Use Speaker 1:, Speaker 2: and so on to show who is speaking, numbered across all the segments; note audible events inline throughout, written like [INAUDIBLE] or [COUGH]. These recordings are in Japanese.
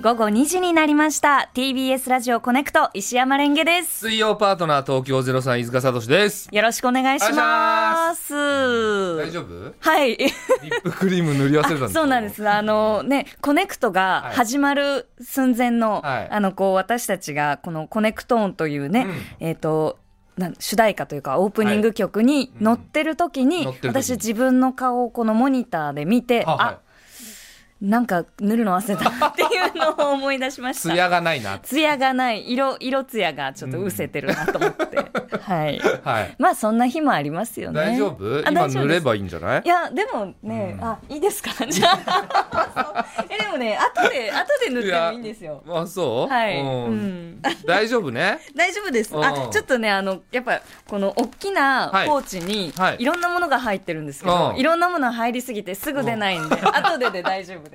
Speaker 1: 午後2時になりました TBS ラジオコネクト石山レンゲです
Speaker 2: 水曜パートナー東京ゼロさん飯塚聡です。
Speaker 1: よろしくお願いします
Speaker 2: 大丈夫？
Speaker 1: はい
Speaker 2: リップクリーム塗り忘れたんです。
Speaker 1: そうなんで。す。あのね、コネクトが始まる寸前の、
Speaker 2: はい
Speaker 1: あの、こう、私たちが、このコネクトーンというね、えっ、と、なん主題歌というかオープニング曲に乗ってる時に、
Speaker 2: うん乗ってる時に
Speaker 1: 私自分の顔をこのモニターで見て、
Speaker 2: あ、はい
Speaker 1: あ、なんか塗るの忘れたっていうのを思い出しまし
Speaker 2: 艶
Speaker 1: た。
Speaker 2: がないな。
Speaker 1: ツヤがない色色ツヤがちょっとうせてるなと思
Speaker 2: [LAUGHS]
Speaker 1: って、はい
Speaker 2: はい。
Speaker 1: まあそんな日もありますよね
Speaker 2: 大丈夫？
Speaker 1: あ
Speaker 2: 今
Speaker 1: 大丈夫
Speaker 2: 塗
Speaker 1: で
Speaker 2: れ
Speaker 1: す
Speaker 2: ばいいんじゃない
Speaker 1: い？やでもね、
Speaker 2: うん
Speaker 1: あいいですかじゃあ [LAUGHS] そうえでもね後で後で塗ってもいいんですよ
Speaker 2: あ、そう？
Speaker 1: はい、う
Speaker 2: うん
Speaker 1: ん、
Speaker 2: [LAUGHS]
Speaker 1: [LAUGHS]
Speaker 2: 大丈夫ね。
Speaker 1: 大丈夫です
Speaker 2: う
Speaker 1: あ
Speaker 2: ん
Speaker 1: ちょっとねあのやっぱこの大きな
Speaker 2: はい
Speaker 1: ポーチに
Speaker 2: はい
Speaker 1: いろんなものが入ってるんですけど、
Speaker 2: うん
Speaker 1: い、ろんなもの入りすぎてすぐ出ない
Speaker 2: [LAUGHS]
Speaker 1: んで後でで大丈夫です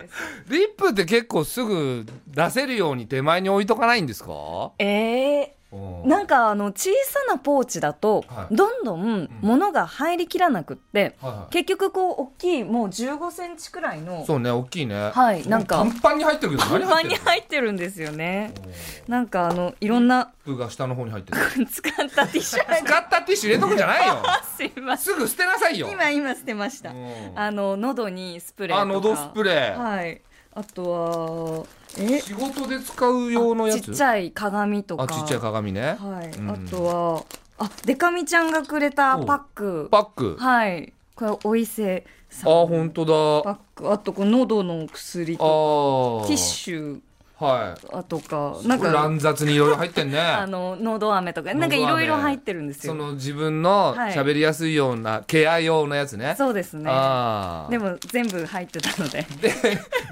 Speaker 2: リップって結構すぐ出せるように手前に置いとかないんですか？
Speaker 1: えー、なんかあの小さなポーチだと
Speaker 2: はい
Speaker 1: どんどん物が入りきらなくって、
Speaker 2: はいはい
Speaker 1: 結局こう大きいもう1 5センチくらいの
Speaker 2: そうね、大きいね。
Speaker 1: はいなんか
Speaker 2: パンパンに入ってるけど
Speaker 1: パ
Speaker 2: 何
Speaker 1: ンパ
Speaker 2: 入
Speaker 1: ン
Speaker 2: っ
Speaker 1: に
Speaker 2: てるの？
Speaker 1: 入ってるんですよね
Speaker 2: うんリ
Speaker 1: なんかあのいろんな [LAUGHS]
Speaker 2: ップが下の方に入ってる。
Speaker 1: 使ったティッシュが
Speaker 2: 使ったティッシュ入れとくんじゃな
Speaker 1: [LAUGHS]
Speaker 2: いよ。
Speaker 1: すいません
Speaker 2: すぐ捨てなさいよ。
Speaker 1: 今今捨てました
Speaker 2: うん
Speaker 1: あの喉にスプレーとか
Speaker 2: あ、喉スプレー。
Speaker 1: はいあとはえ
Speaker 2: 仕事で使う用のやつ
Speaker 1: ちっちゃい鏡とか
Speaker 2: あちっちゃい鏡ね、
Speaker 1: はい
Speaker 2: うん
Speaker 1: あとはあデカミちゃんがくれたパック
Speaker 2: パックあ
Speaker 1: はいこれお伊勢さん
Speaker 2: 本当
Speaker 1: パ
Speaker 2: だ
Speaker 1: ックあとこう喉の薬
Speaker 2: あ
Speaker 1: と
Speaker 2: ー
Speaker 1: ティッシュ
Speaker 2: は
Speaker 1: あとか
Speaker 2: い
Speaker 1: な
Speaker 2: なんん
Speaker 1: か
Speaker 2: か乱雑にいろいろ入ってん
Speaker 1: [LAUGHS] あ
Speaker 2: ね
Speaker 1: の喉飴とかなんかいろいろ入ってるんですよ
Speaker 2: その自分の
Speaker 1: はい
Speaker 2: 喋りやすいようなケア用のやつね
Speaker 1: そうですね
Speaker 2: あー
Speaker 1: でも全部入ってたの
Speaker 2: [LAUGHS]
Speaker 1: で
Speaker 2: で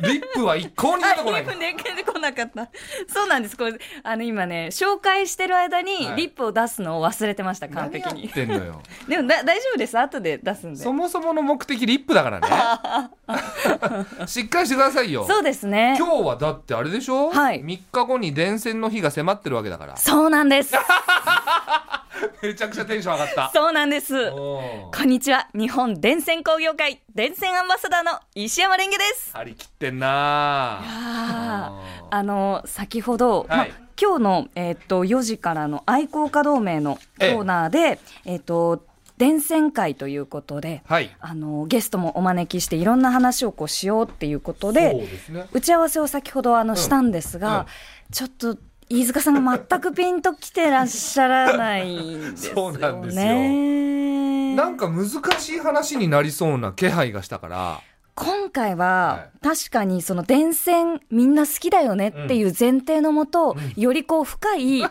Speaker 2: リップは一向に出てこな
Speaker 1: あ
Speaker 2: い
Speaker 1: [LAUGHS] リップで出てこなかった。そうなんです。これ、あの、今ね、紹介してる間に
Speaker 2: はい
Speaker 1: リップを出すのを忘れてました、完
Speaker 2: 何や
Speaker 1: 璧
Speaker 2: っ
Speaker 1: に。
Speaker 2: てんの
Speaker 1: [LAUGHS]
Speaker 2: よ
Speaker 1: でもだ、大丈夫です。後で出すんで
Speaker 2: そ。もそもの目的リップだか
Speaker 1: [LAUGHS]
Speaker 2: らねしっかりしてくださいよ
Speaker 1: そうですね。
Speaker 2: 今日はだってあれでしょ、
Speaker 1: はい
Speaker 2: 3日後に伝染の日が迫ってるわけ
Speaker 1: [LAUGHS]
Speaker 2: だから
Speaker 1: そうなんです。
Speaker 2: めちゃくちゃテンション上がった
Speaker 1: そうなんです。
Speaker 2: うん
Speaker 1: こんにちは。日本電線工業会、電線アンバサダーの石山レンゲです。
Speaker 2: 張り切ってんなあ
Speaker 1: あーあの、先ほど、
Speaker 2: はい
Speaker 1: ま今日の、えっと4時からの愛好家同盟のコーナーで、えっと電線会ということで、
Speaker 2: はい
Speaker 1: あのゲストもお招きしていろんな話をこうしようっていうことで
Speaker 2: ですね
Speaker 1: 打ち合わせを先ほどあの
Speaker 2: ん
Speaker 1: したんですが、
Speaker 2: うん
Speaker 1: ちょっと飯塚さんが全くピンときてらっしゃらないんですよね。
Speaker 2: [LAUGHS] そうなんですよなんか難しい話になりそうな気配がしたから
Speaker 1: 今回
Speaker 2: は
Speaker 1: は確かにその電線みんな好きだよねっていう前提のもと、よりこう深
Speaker 2: [LAUGHS]
Speaker 1: い電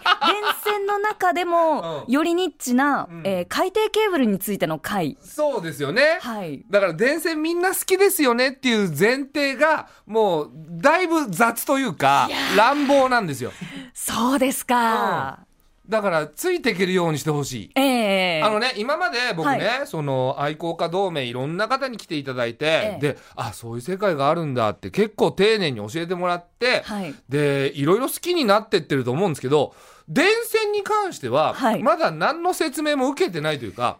Speaker 1: 線の中でも
Speaker 2: うん
Speaker 1: よりニッチな、
Speaker 2: うん
Speaker 1: えー海底ケーブルについての回。
Speaker 2: そうですよね
Speaker 1: はい。
Speaker 2: だから電線みんな好きですよねっていう前提がもうだいぶ雑というか乱暴なんですよ
Speaker 1: そうですか。
Speaker 2: だからついていけるようにしてほしい
Speaker 1: ええ
Speaker 2: あのね、今まで僕ね、
Speaker 1: は
Speaker 2: その愛好家同盟いろんな方に来ていただいて
Speaker 1: え、え
Speaker 2: で、あ、そういう世界があるんだって結構丁寧に教えてもらって、
Speaker 1: はい。
Speaker 2: で、いろいろ好きになってってると思うんですけど、電線に関しては、
Speaker 1: はい
Speaker 2: まだ何の説明も受けてないというか、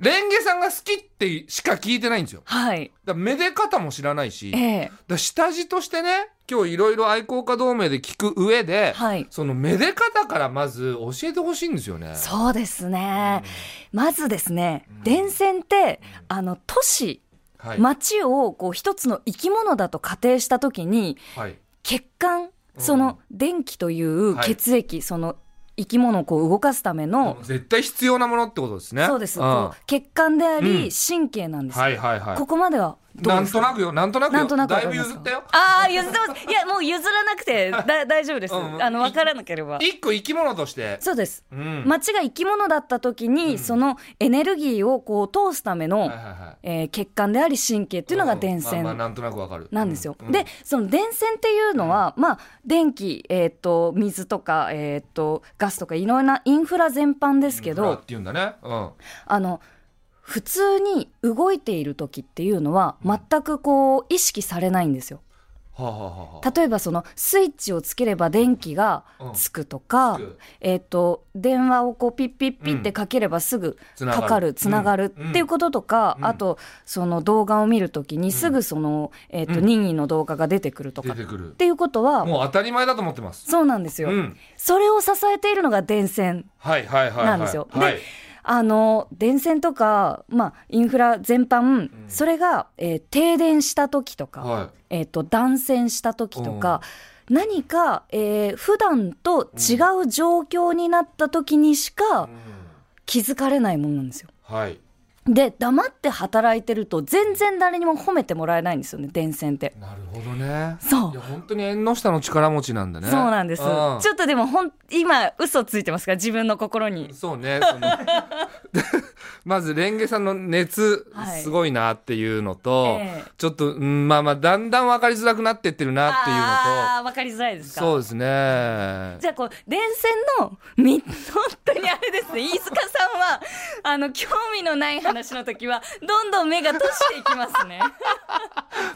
Speaker 2: レンゲさんが好きってしか聞いてないんですよ。
Speaker 1: はい。
Speaker 2: だからめで方も知らないし、
Speaker 1: ええ
Speaker 2: だから下地としてね今日いろいろ愛好家同盟で聞く上で、
Speaker 1: はい
Speaker 2: そのめで方からまず教えてほしいんですよね。
Speaker 1: そうですね。まずですね、電線って、あの、都市、
Speaker 2: はい
Speaker 1: 町をこう一つの生き物だと仮定したときに、
Speaker 2: はい
Speaker 1: 血管、
Speaker 2: うん
Speaker 1: その電気という
Speaker 2: はい
Speaker 1: 血液、その生き物をこう動かすための、
Speaker 2: 絶対必要なものってことですね。
Speaker 1: そうです、
Speaker 2: ん
Speaker 1: こう血管であ
Speaker 2: うん
Speaker 1: り、神経なんです。
Speaker 2: はいはいはい。
Speaker 1: ここまではどう
Speaker 2: な
Speaker 1: で
Speaker 2: ん
Speaker 1: すか
Speaker 2: となくよ、なんとなくよ。
Speaker 1: なんとなくわ
Speaker 2: だ
Speaker 1: か
Speaker 2: いぶ
Speaker 1: ります
Speaker 2: 譲っ
Speaker 1: か
Speaker 2: たよ。
Speaker 1: ああ、譲ってます。いや、もう譲らなくて、だ大丈夫です。
Speaker 2: うん
Speaker 1: あの、わからなければ。
Speaker 2: 一個生き物として。
Speaker 1: そうです。
Speaker 2: うん。
Speaker 1: 町が生き物だった時に、そのエネルギーをこう通すための、
Speaker 2: はいはいはい。っ
Speaker 1: えー血管であり神経っていうのが電
Speaker 2: まあまあ
Speaker 1: 線
Speaker 2: なんとなくわかる。
Speaker 1: なんですよ。
Speaker 2: う
Speaker 1: で、その電線っていうのは、まあ、電気、えーっと水とか、えーっとガスとかいろんなインフラ全般ですけ
Speaker 2: インフラ
Speaker 1: ど
Speaker 2: っていうんだね。うん。
Speaker 1: あの普通に動いている時っていうのは全くこう意識されないんですよ。
Speaker 2: はあはあはあはあ
Speaker 1: 例えばそのスイッチをつければ電気がつくとか、
Speaker 2: うんつく
Speaker 1: えっ、と電話をこうピッピッピッってかければすぐ
Speaker 2: つながる
Speaker 1: かかる、つながる
Speaker 2: うん
Speaker 1: っていうこととか、
Speaker 2: うん
Speaker 1: あとその動画を見るときにすぐその、えっ、と任意の動画が出てくるとか
Speaker 2: 出
Speaker 1: って
Speaker 2: くる
Speaker 1: ていうことは
Speaker 2: もう当たり前だと思ってます
Speaker 1: そうなんですよ、
Speaker 2: うん
Speaker 1: それを支えているのが電線
Speaker 2: はいはいはいはい
Speaker 1: なんですよで
Speaker 2: はい
Speaker 1: あの電線とか、まあ、インフラ全般、それが、えー停電した時とか、
Speaker 2: は
Speaker 1: えー、と断線した時とか、何か、えー普段と違う状況になった時にしか
Speaker 2: うん
Speaker 1: 気づかれないものなんですよ。
Speaker 2: はい
Speaker 1: で黙って働いてると全然誰にも褒めてもらえないんですよね電線って。
Speaker 2: なるほどね
Speaker 1: そう
Speaker 2: いや本当に縁の下の力持ちなんだね
Speaker 1: そうなんです、
Speaker 2: うん
Speaker 1: ちょっとでもほん今嘘ついてますから自分の心に
Speaker 2: そうね。その [LAUGHS] まず、レンゲさんの熱
Speaker 1: は、い
Speaker 2: すごいなっていうのと、
Speaker 1: ええ
Speaker 2: ちょっと、うんまあまあ、だんだん分かりづらくなってってるなっていうの
Speaker 1: あーわかりづらいです
Speaker 2: と、
Speaker 1: か
Speaker 2: そうですね。
Speaker 1: じゃあこう電線のみ本当にあれですね飯塚さん
Speaker 2: [LAUGHS]
Speaker 1: はあの興味のない話の時はどんどん目が閉じていきます
Speaker 2: [LAUGHS]
Speaker 1: ね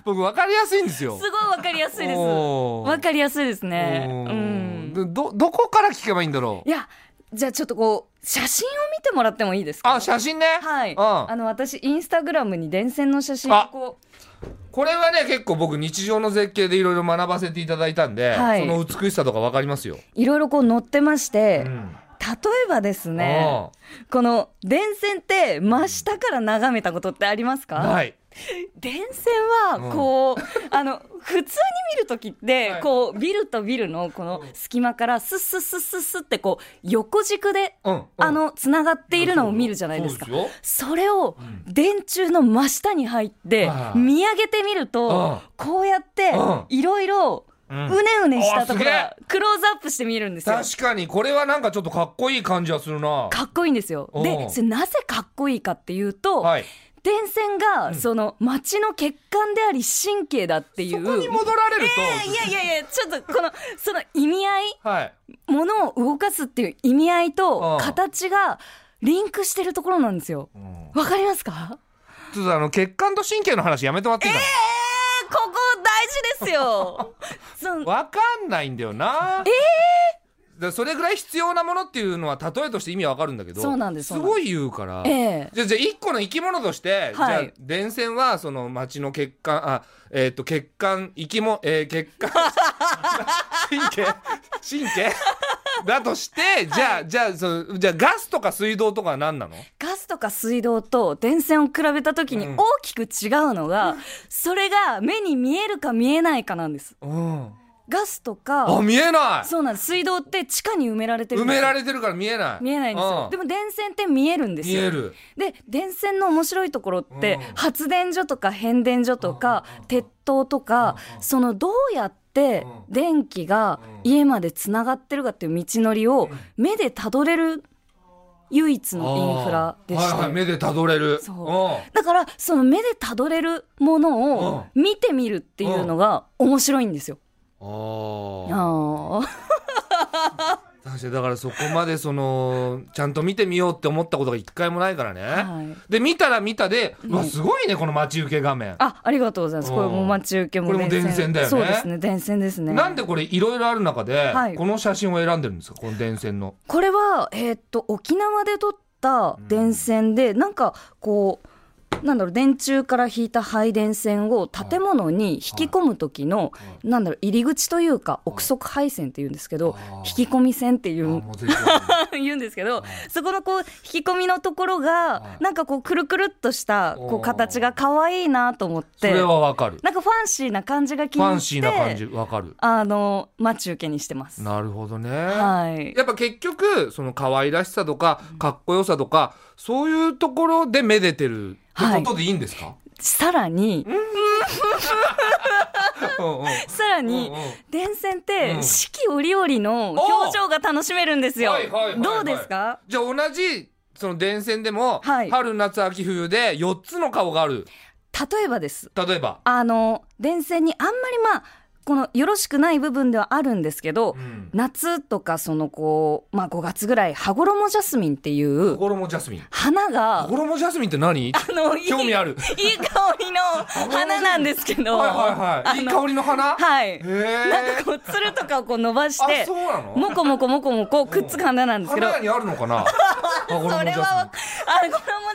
Speaker 2: 僕、分かりやすいんですよ。
Speaker 1: すごいわかりやすいです
Speaker 2: おー
Speaker 1: わかりやすいですね
Speaker 2: う
Speaker 1: うんん
Speaker 2: でど、どこから聞けばいいんだろう
Speaker 1: い。やじゃあちょっとこう写真を見てもらってもいいですか
Speaker 2: あ、写真ね。
Speaker 1: はい、
Speaker 2: うん
Speaker 1: あの私インスタグラムに電線の写真をこう
Speaker 2: これはね、結構僕、日常の絶景でいろいろ学ばせていただいたんで、
Speaker 1: はい
Speaker 2: その美しさとか分かりますよ。
Speaker 1: いろいろこう載ってまして、
Speaker 2: うん
Speaker 1: 例えばですねこの電線って真下から眺めたことってあります
Speaker 2: う
Speaker 1: か
Speaker 2: んない。
Speaker 1: 電線はこう、あの普通に見るときって、
Speaker 2: はい
Speaker 1: こうビルとビルのこの隙間からスッスッスッスッスッってこう横軸で、
Speaker 2: うんうん
Speaker 1: あのつながっているのを見るじゃないですか。
Speaker 2: そうよ
Speaker 1: それを電柱の真下に入って
Speaker 2: はい
Speaker 1: 見上げてみると
Speaker 2: う
Speaker 1: こうやって
Speaker 2: うん
Speaker 1: いろいろうねうねしたところ
Speaker 2: あ
Speaker 1: がクローズアップして見えるんですよ。
Speaker 2: 確かにこれはなんかちょっとかっこいい感じはするな
Speaker 1: かっこいいんですよ。
Speaker 2: おう
Speaker 1: でそれなぜかっこいいかっていうと、
Speaker 2: はい
Speaker 1: 電線がその街の血管であり神経だってい。
Speaker 2: そうこに戻られると、
Speaker 1: いやいやいやちょっとこのその意味合い
Speaker 2: はい
Speaker 1: ものを動かすっていう意味合い
Speaker 2: う
Speaker 1: と
Speaker 2: ん
Speaker 1: 形がリンクしてるところなんですよ。わかりますか
Speaker 2: ちょっとあの血管と神経の話やめてもらっていいか
Speaker 1: えー、ここ大事ですよ [LAUGHS] その
Speaker 2: なわかんないんだよなええそれぐらい必要なものっていうのは例えとして意味わかるんだけど
Speaker 1: そうなんです
Speaker 2: すごい言うから
Speaker 1: ええ
Speaker 2: じゃあじゃあ一個の生き物とし
Speaker 1: は
Speaker 2: て、
Speaker 1: い
Speaker 2: じゃあ電線はその町の血管あえっ、と血管生きもえー、血管 [LAUGHS] 神経神経だとしてじゃあ、じゃあそのじゃあガスとか水道とかは何なの
Speaker 1: ガスとか水道と電線を比べた時に
Speaker 2: うん
Speaker 1: 大きく違うのが、それが目に見えるか見えないかなんです。
Speaker 2: うん
Speaker 1: ガスとか
Speaker 2: あ見えない
Speaker 1: そうなんです水道って地下に埋められてる
Speaker 2: 埋
Speaker 1: んです
Speaker 2: め
Speaker 1: よ
Speaker 2: られてるから見えない
Speaker 1: 見えないんですよ、
Speaker 2: うん
Speaker 1: でも電線って見えるんです
Speaker 2: 見
Speaker 1: よ
Speaker 2: える
Speaker 1: で電線の面白いところって、
Speaker 2: うん
Speaker 1: 発電所とか変電所とか、鉄塔とか、そのどうやって
Speaker 2: う
Speaker 1: 電気が
Speaker 2: うん
Speaker 1: 家までつながってるかっていう道のりを目でたどれる唯一のインフラでした、
Speaker 2: あーはいはい、目でたどれる
Speaker 1: そうんだからその目でたどれるものを見てみるっていうのが面白いんですよ。
Speaker 2: あ
Speaker 1: あ
Speaker 2: あ
Speaker 1: ー
Speaker 2: 確かにだからそこまでそのちゃんと見てみようって思ったことが一回もないからね、
Speaker 1: はい
Speaker 2: で見たら見たで、うわすごいねこの待ち受け画面、
Speaker 1: あありがとうございます。これも待ち受けも
Speaker 2: これも電線だよね
Speaker 1: そうですね電線ですね。
Speaker 2: なんでこれいろいろある中で、
Speaker 1: はい
Speaker 2: この写真を選んでるんですかこの電線の
Speaker 1: これは、えーっと沖縄で撮った電線で、なんかこうなんだろう電柱から引いた配電線を建物に引き込む時の、なんだろう入り口というか奥測配線っていうんですけど、
Speaker 2: あー
Speaker 1: 引き込み線ってい
Speaker 2: あ
Speaker 1: う
Speaker 2: もう全
Speaker 1: [LAUGHS]
Speaker 2: 然
Speaker 1: 言うんですけど、そこのこう引き込みのところが
Speaker 2: い
Speaker 1: なんかこうくるくるっとしたこ
Speaker 2: おー
Speaker 1: う形が可愛いなと思っ
Speaker 2: そ
Speaker 1: て
Speaker 2: れはわかる
Speaker 1: なんかファンシーな感じが気
Speaker 2: フ
Speaker 1: に入って
Speaker 2: ァンシーな感じわかる
Speaker 1: あの待ち受けにしてます。
Speaker 2: なるほどね、
Speaker 1: はい
Speaker 2: やっぱ結局その可愛らしさとかかっこよさとかそういうところでめでてるってことでいいんですか、
Speaker 1: さらに
Speaker 2: うんうん
Speaker 1: さらに
Speaker 2: うんうん
Speaker 1: 電線っ
Speaker 2: うん
Speaker 1: て四季折々の表情が楽しめるんですよ
Speaker 2: はいはいはいはい。
Speaker 1: どうですか？
Speaker 2: じゃあ同じその電線でも、
Speaker 1: はい
Speaker 2: 春夏秋冬で4つの顔がある
Speaker 1: 例えばです。
Speaker 2: 例えば
Speaker 1: あの電線にあんまりまあこのよろしくない部分ではあるんですけど、
Speaker 2: うん
Speaker 1: 夏とかそのこう、まあ、5月ぐらい羽衣ジャスミンっていう
Speaker 2: 心もジャスミン
Speaker 1: 花が
Speaker 2: 心もジャスミンって何
Speaker 1: あのいい
Speaker 2: 興味ある
Speaker 1: いい香りの花なんですけど
Speaker 2: はいはいはいいい香りの花
Speaker 1: はい
Speaker 2: へ
Speaker 1: なんか
Speaker 2: え
Speaker 1: こうつるとかをこう伸ばし
Speaker 2: あ
Speaker 1: て
Speaker 2: そうなの
Speaker 1: もこもこもこもこくっつく花なんですけど
Speaker 2: 花屋にあるの
Speaker 1: [LAUGHS]
Speaker 2: かなそ
Speaker 1: それはあのこれもジ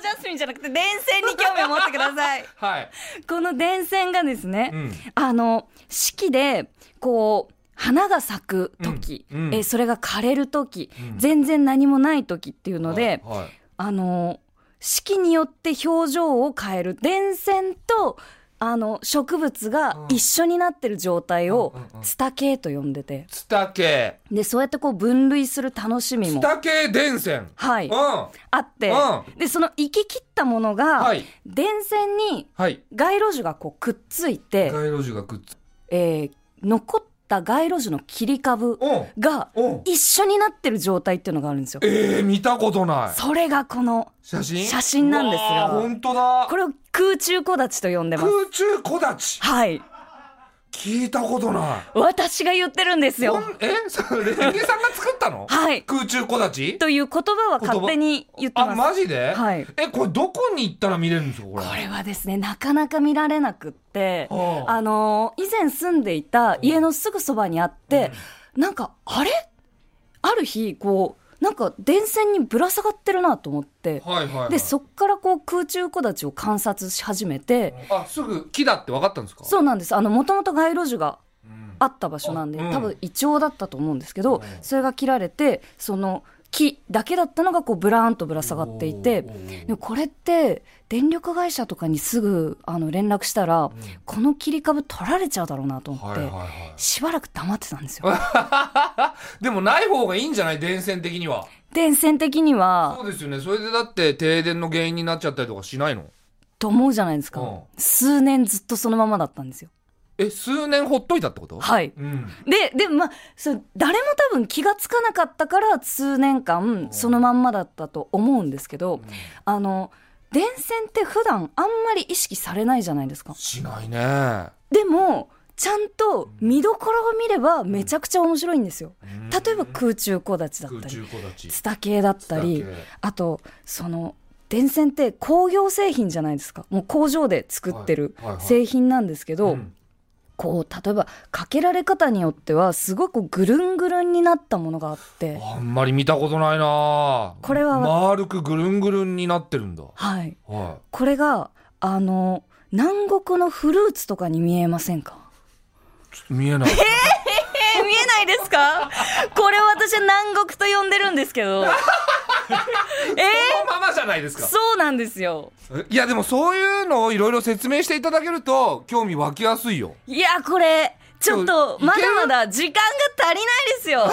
Speaker 1: ャスミンじゃなくて電線に興味を持ってください
Speaker 2: はい
Speaker 1: [LAUGHS] この電線がですね、
Speaker 2: うん
Speaker 1: あの四季でこう花が咲く時、
Speaker 2: うんうん
Speaker 1: えーそれが枯れる時、
Speaker 2: うん
Speaker 1: 全然何もない時っていうので、
Speaker 2: はいはい
Speaker 1: あの四季によって表情を変える電線とあの植物が一緒になってる状態を
Speaker 2: うんうんうん
Speaker 1: ツタ系と呼んでて
Speaker 2: ツタ系
Speaker 1: でそうやってこう分類する楽しみ
Speaker 2: ツ
Speaker 1: も、
Speaker 2: タ系電線
Speaker 1: はい、
Speaker 2: うん
Speaker 1: あって、
Speaker 2: う
Speaker 1: でその行き切ったものが、
Speaker 2: はい
Speaker 1: 電線に
Speaker 2: はい
Speaker 1: 街路樹がこうくっついて、
Speaker 2: 街路樹がくっつ
Speaker 1: えー残った街路樹の切り株
Speaker 2: うん
Speaker 1: が
Speaker 2: うん
Speaker 1: 一緒になってる状態っていうのがあるんですよ。
Speaker 2: えー見たことない
Speaker 1: それがこの
Speaker 2: 写真
Speaker 1: 写真なんですが
Speaker 2: うわー本当だ
Speaker 1: これを空中木立と呼んでます。
Speaker 2: 空中木立
Speaker 1: はい
Speaker 2: 聞いたことない
Speaker 1: 私が言ってるんです
Speaker 2: こ
Speaker 1: よ。
Speaker 2: んえそれレンゲさんが作ったの
Speaker 1: はい
Speaker 2: 空中木立
Speaker 1: という言葉は勝手に言って
Speaker 2: あ
Speaker 1: ます。
Speaker 2: マジで
Speaker 1: はい
Speaker 2: えこれどこに行ったら見れるんですかこれ
Speaker 1: これはですねなかなか見られなくって、
Speaker 2: はあ
Speaker 1: あのー以前住んでいた家のすぐそばにあって、なんかあれある日こうなんか電線にぶら下がってるなと思って、
Speaker 2: はいはいはい
Speaker 1: でそっからこう空中木立を観察し始めて、
Speaker 2: あすぐ木だって分かったんですか
Speaker 1: そうなんですあのもともと街路樹が
Speaker 2: うん
Speaker 1: あった場所なんで、
Speaker 2: うん
Speaker 1: 多分イチョウだったと思うんですけど、
Speaker 2: うん
Speaker 1: それが切られてその木だけだったのがこうブラーンとぶら下がっていて
Speaker 2: おーお
Speaker 1: で
Speaker 2: ー
Speaker 1: もこれって電力会社とかにすぐあの連絡したら、この切り株取られちゃうだろうなと思っ
Speaker 2: はい
Speaker 1: て、
Speaker 2: はいは
Speaker 1: しばらく黙ってたんですよ。
Speaker 2: いでもない方がいいんじゃない電線的には
Speaker 1: 電線的には
Speaker 2: そうですよねそれでだって停電の原因になっちゃったりとかしないの
Speaker 1: と思うじゃないですか、
Speaker 2: うん
Speaker 1: 数年ずっとそのままだったんですよ。
Speaker 2: え数年ほっといたってこと
Speaker 1: はい
Speaker 2: うん
Speaker 1: ででまあそう誰も多分気がつかなかったから数年間そのまんまだったと思うんですけど、あの電線って普段あんまり意識されないじゃないですか
Speaker 2: しないね
Speaker 1: でもちゃんと見どころを見ればめちゃくちゃ面白いんですよ
Speaker 2: うん
Speaker 1: 例えば空中木立だっ
Speaker 2: 空
Speaker 1: たり
Speaker 2: 中木立
Speaker 1: ツタ系だったり
Speaker 2: ツタ系
Speaker 1: あとその電線って工業製品じゃないですかもう工場で作ってる
Speaker 2: はいはいはい
Speaker 1: 製品なんですけど、
Speaker 2: うん
Speaker 1: こう例えばかけられ方によってはすごいこうぐるんぐるんになったものがあって
Speaker 2: あんまり見たことないな
Speaker 1: これは
Speaker 2: 丸くぐるんぐるんになってるんだ
Speaker 1: はい
Speaker 2: は
Speaker 1: これがあの南国のフルーツとかに見えませんか
Speaker 2: いちょっと見えない
Speaker 1: えー見えないですか [LAUGHS] これ私は南国と呼んでるんですけ
Speaker 2: [LAUGHS]
Speaker 1: どえ
Speaker 2: そのままじゃないです
Speaker 1: ー
Speaker 2: か
Speaker 1: そうなんですよ
Speaker 2: いやでもそういうのをいろいろ説明していただけると興味湧きやすいよ
Speaker 1: いやこれちょっと
Speaker 2: そう
Speaker 1: ま
Speaker 2: いける
Speaker 1: だまだ時間が足りないですよ